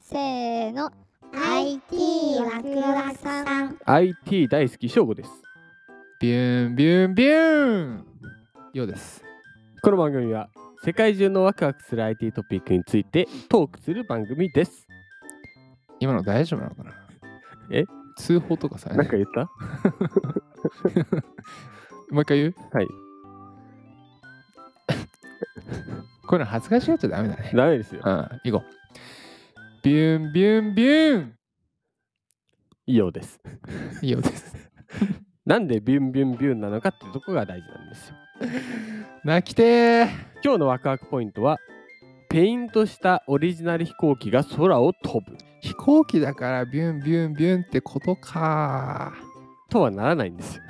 せーの IT ワクワクさん IT 大好き翔吾ですビューンビューンビューンようですこの番組は世界中のワクワクする IT トピックについてトークする番組です今の大丈夫なのかなえ通報とかされなんなかい言ったもう一回言う はいこういうの恥ずかしがっちゃダメだねダメですようん行こうビューンビューンビューンいいようですいいようですなんでビュンビュンビュンなのかってとこが大事なんですよ泣きてー今日のワクワクポイントはペイントしたオリジナル飛行機が空を飛ぶ飛行機だからビューンビューンビューンってことかとはならないんですよ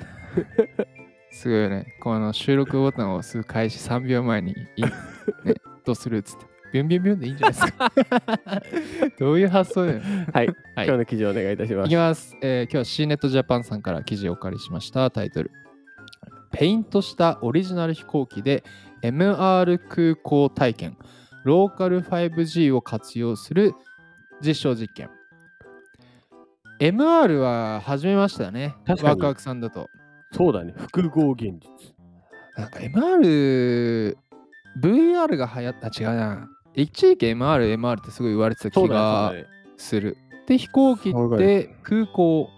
すごいよねこの収録ボタンを押す開始3秒前にいね どうするっつってビュンビュンビュンでいいんじゃないですかどういう発想だよはい、はい今日の記事をお願いいたしまいすきます、えー今日は C ネットジャパンさんから記事をお借りしましたタイトルペイントしたオリジナル飛行機で MR 空港体験ローカル 5G を活用する実証実験 MR は始めましたよね確かにワクワクさんだとそうだね複合現実なんか MR VR が流行った違うな一時期 MR、MR ってすごい言われてたそう気だがねする。で、飛行機そうっだて空港、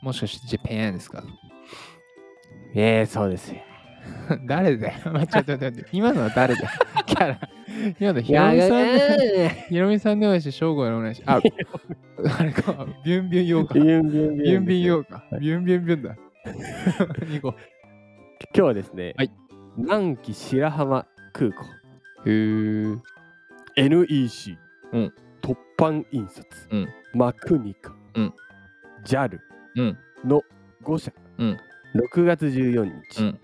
もしかしてジャパンですか そうだねえー、そうですよ誰だよ 待って待って待って今のは誰だよ キャラ。今のひろみさんで、 ひろみさんでもないし、しょうごでもないし、あ、あれか、ビュンビュン用か。ビビュンビュンビュンですよュンビュン用か。ビュンビュンビュンだ。行こ今日はですね、はい南紀白浜空港う。へー。 NEC、うん突版印刷、うんマクニカ、うん JAL うん。の5社、うん6月14日、うん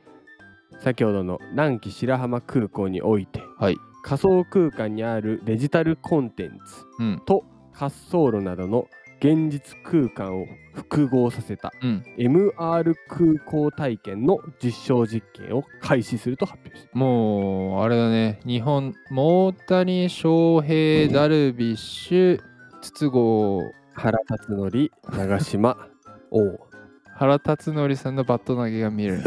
先ほどの南紀白浜空港においてはい。仮想空間にあるデジタルコンテンツうん。と滑走路などの現実空間を複合させたうん。 MR 空港体験の実証実験を開始すると発表した。もう、あれだね。日本、もう大谷翔平、ダルビッシュ、筒香、原辰徳、長島、王。原辰徳さんのバット投げが見れ る。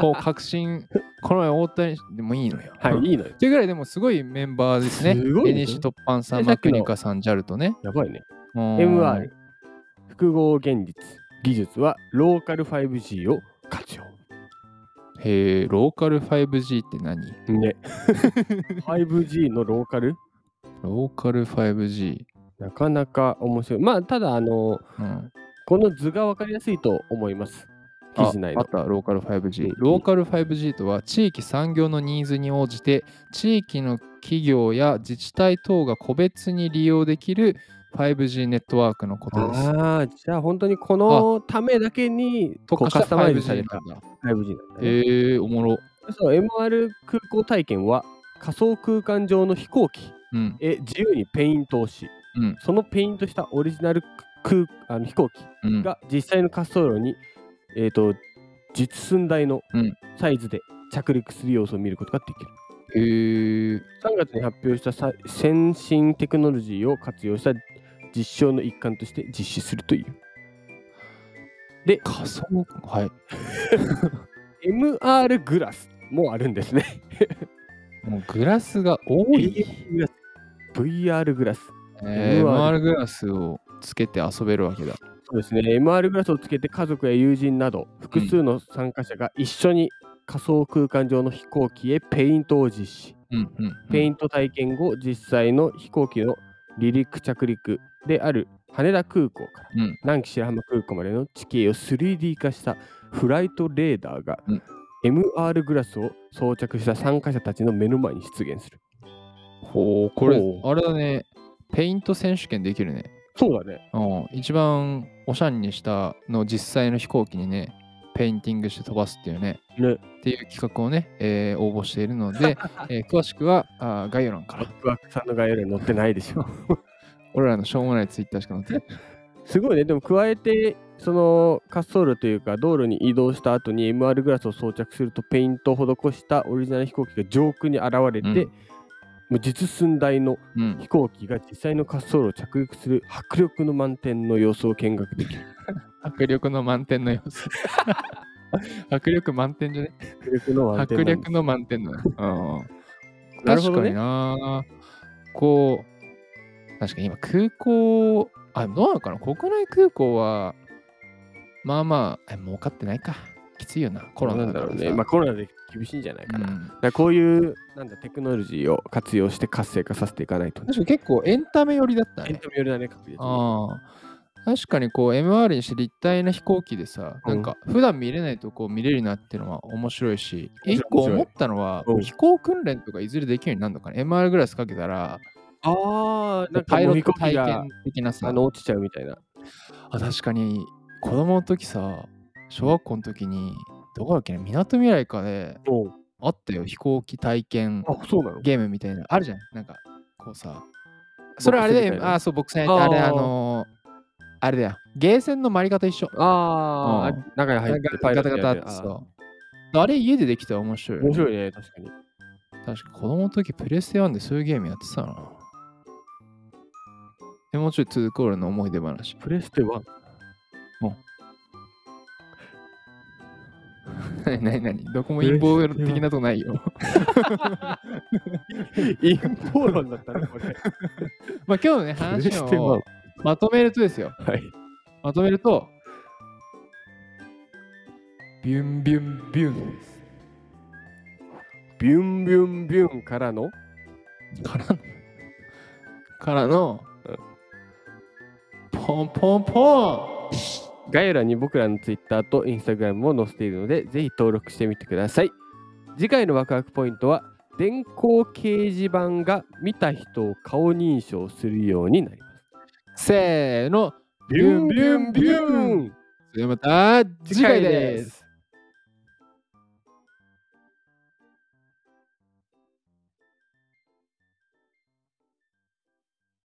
こう、確信、この前大谷、でもいいのよ。はい、っいいのよ。ていうぐらい、でもすごいメンバーですね。すごいね NEC 突破さん、えさマっきクのニカさん、JAL とね。やばいね。うーん MR。、複合現実、技術はローカル 5G を活用。へえ、ローカル 5G って何ね。5G のローカルローカル 5G。なかなか面白い。まあ、ただ、あの、うん。この図が分かりやすいと思います。記あ事内あのっ。た、ローカルうん 5G。ローカル 5G とは、地域産業のニーズに応じて、地域の企業や自治体等が個別に利用できる 5G ネットワークのことです。ああ、じゃあ本当にこのためだけに特こ化うしたカスタマイズ 5G さなれんただ。 5G なんだね。へえ、おもろ。そう MR 空港体験は仮想空間上の飛行機うん。へ自由にペイントをし、うんそのペイントしたオリジナル空あの飛行機うん、が実際の滑走路に、えー、と実寸大のうんサイズで着陸する様子を見ることができる。へえ。 3月に発表したさ先進テクノロジーを活用した実証の一環として実施するという。で、仮想はい。 MR グラスもあるんですね。もうグラスが多 い。 VR グラス。えー MR MR グラスをつけて遊べるわけだ。そうですね、MR グラスをつけて家族や友人など複数の参加者が一緒に仮想空間上の飛行機へペイントを実施、うんうん、ペインント体験後実際の飛行機の離陸着陸である羽田空港からうん南紀白浜空港までの地形を 3D 化したフライトレーダーがうん MR グラスを装着した参加者たちの目の前に出現するほう、これほ、あれだね。ペイント選手権できるね。そうだねうん一番おしゃんにしたのを実際の飛行機にね、ペインティングして飛ばすっていうね、ねっていう企画をね、えー応募している ので、えー詳しくはあー概要欄から。ワクワクさんの概要欄に載ってないでしょ俺らのしょうもないツイッターしか載ってない。すごいね、でも加えて、その滑走路というか、道路に移動した後に MR グラスを装着すると、ペイントを施したオリジナル飛行機が上空に現れて、うんもう実寸大のうん、飛行機が実際の滑走路を着陸する迫力の満点の様子を見学できる。迫力の満点の様 子。迫力満点じゃね迫力の満点なん迫です力の満点だね。うん、なるほ確どかねになこう、確かに今空港、あ、どうなのかな国内空港は、まあまあ、え儲かってないか。きついよな。コロナなだんだろからうさね。まあコロナで厳しいんじゃないかうな。だかんらこういうなんだテクノロジーを活用して活性化させていかないと、ね確。かに結構エンタメ寄りだったエンね。タメ寄りだね、確実に。ああ確かにこう MR にして立体な飛行機でさ、うんなんか普段見れないとこ見れるなっていうのは面白いし、面白い一個思ったのはうん飛行訓練とかいずれできるようになるのかな ?MR グラスかけたら、あー、なんかパイもロうッ飛行ト機体が験的なさあ、の落ちちゃうみたいな。あ確かに子供の時さ、小学校の時に、どこだっけね、みなとみらいかであったよ、飛行機体験あ、そうなのゲームみたいな、あるじゃん、なんかこうさ、それあれボックスみで、たいなあ、そう、ボックスあれ、あーあのーあれだよ、ゲーセンの回り方一緒。あうー、中に入ってパイロガットタやガるタってさ。あれ家でできたら面白いあよーね。面白いね、確かに。確か子供の時プレステ1でそういうゲームやってたな。でもうちょい2コールの思い出話。 プレステ1。 何何何どこも陰謀的なとこないよ。陰謀論だったね、これ。まあ今日のね、プレ話ステ1を。まとめるとですよ。はい。まとめると、ビュンビュンビュンビュンビュンビュンからのからの、からのうん、ポンポンポン概要欄に僕らの Twitter と Instagram を載せているので、ぜひ登録してみてください。次回のワクワクポイントは、電光掲示板が見た人を顔認証するようになります。せーの、ビュンビュンビュンそれではまた次回です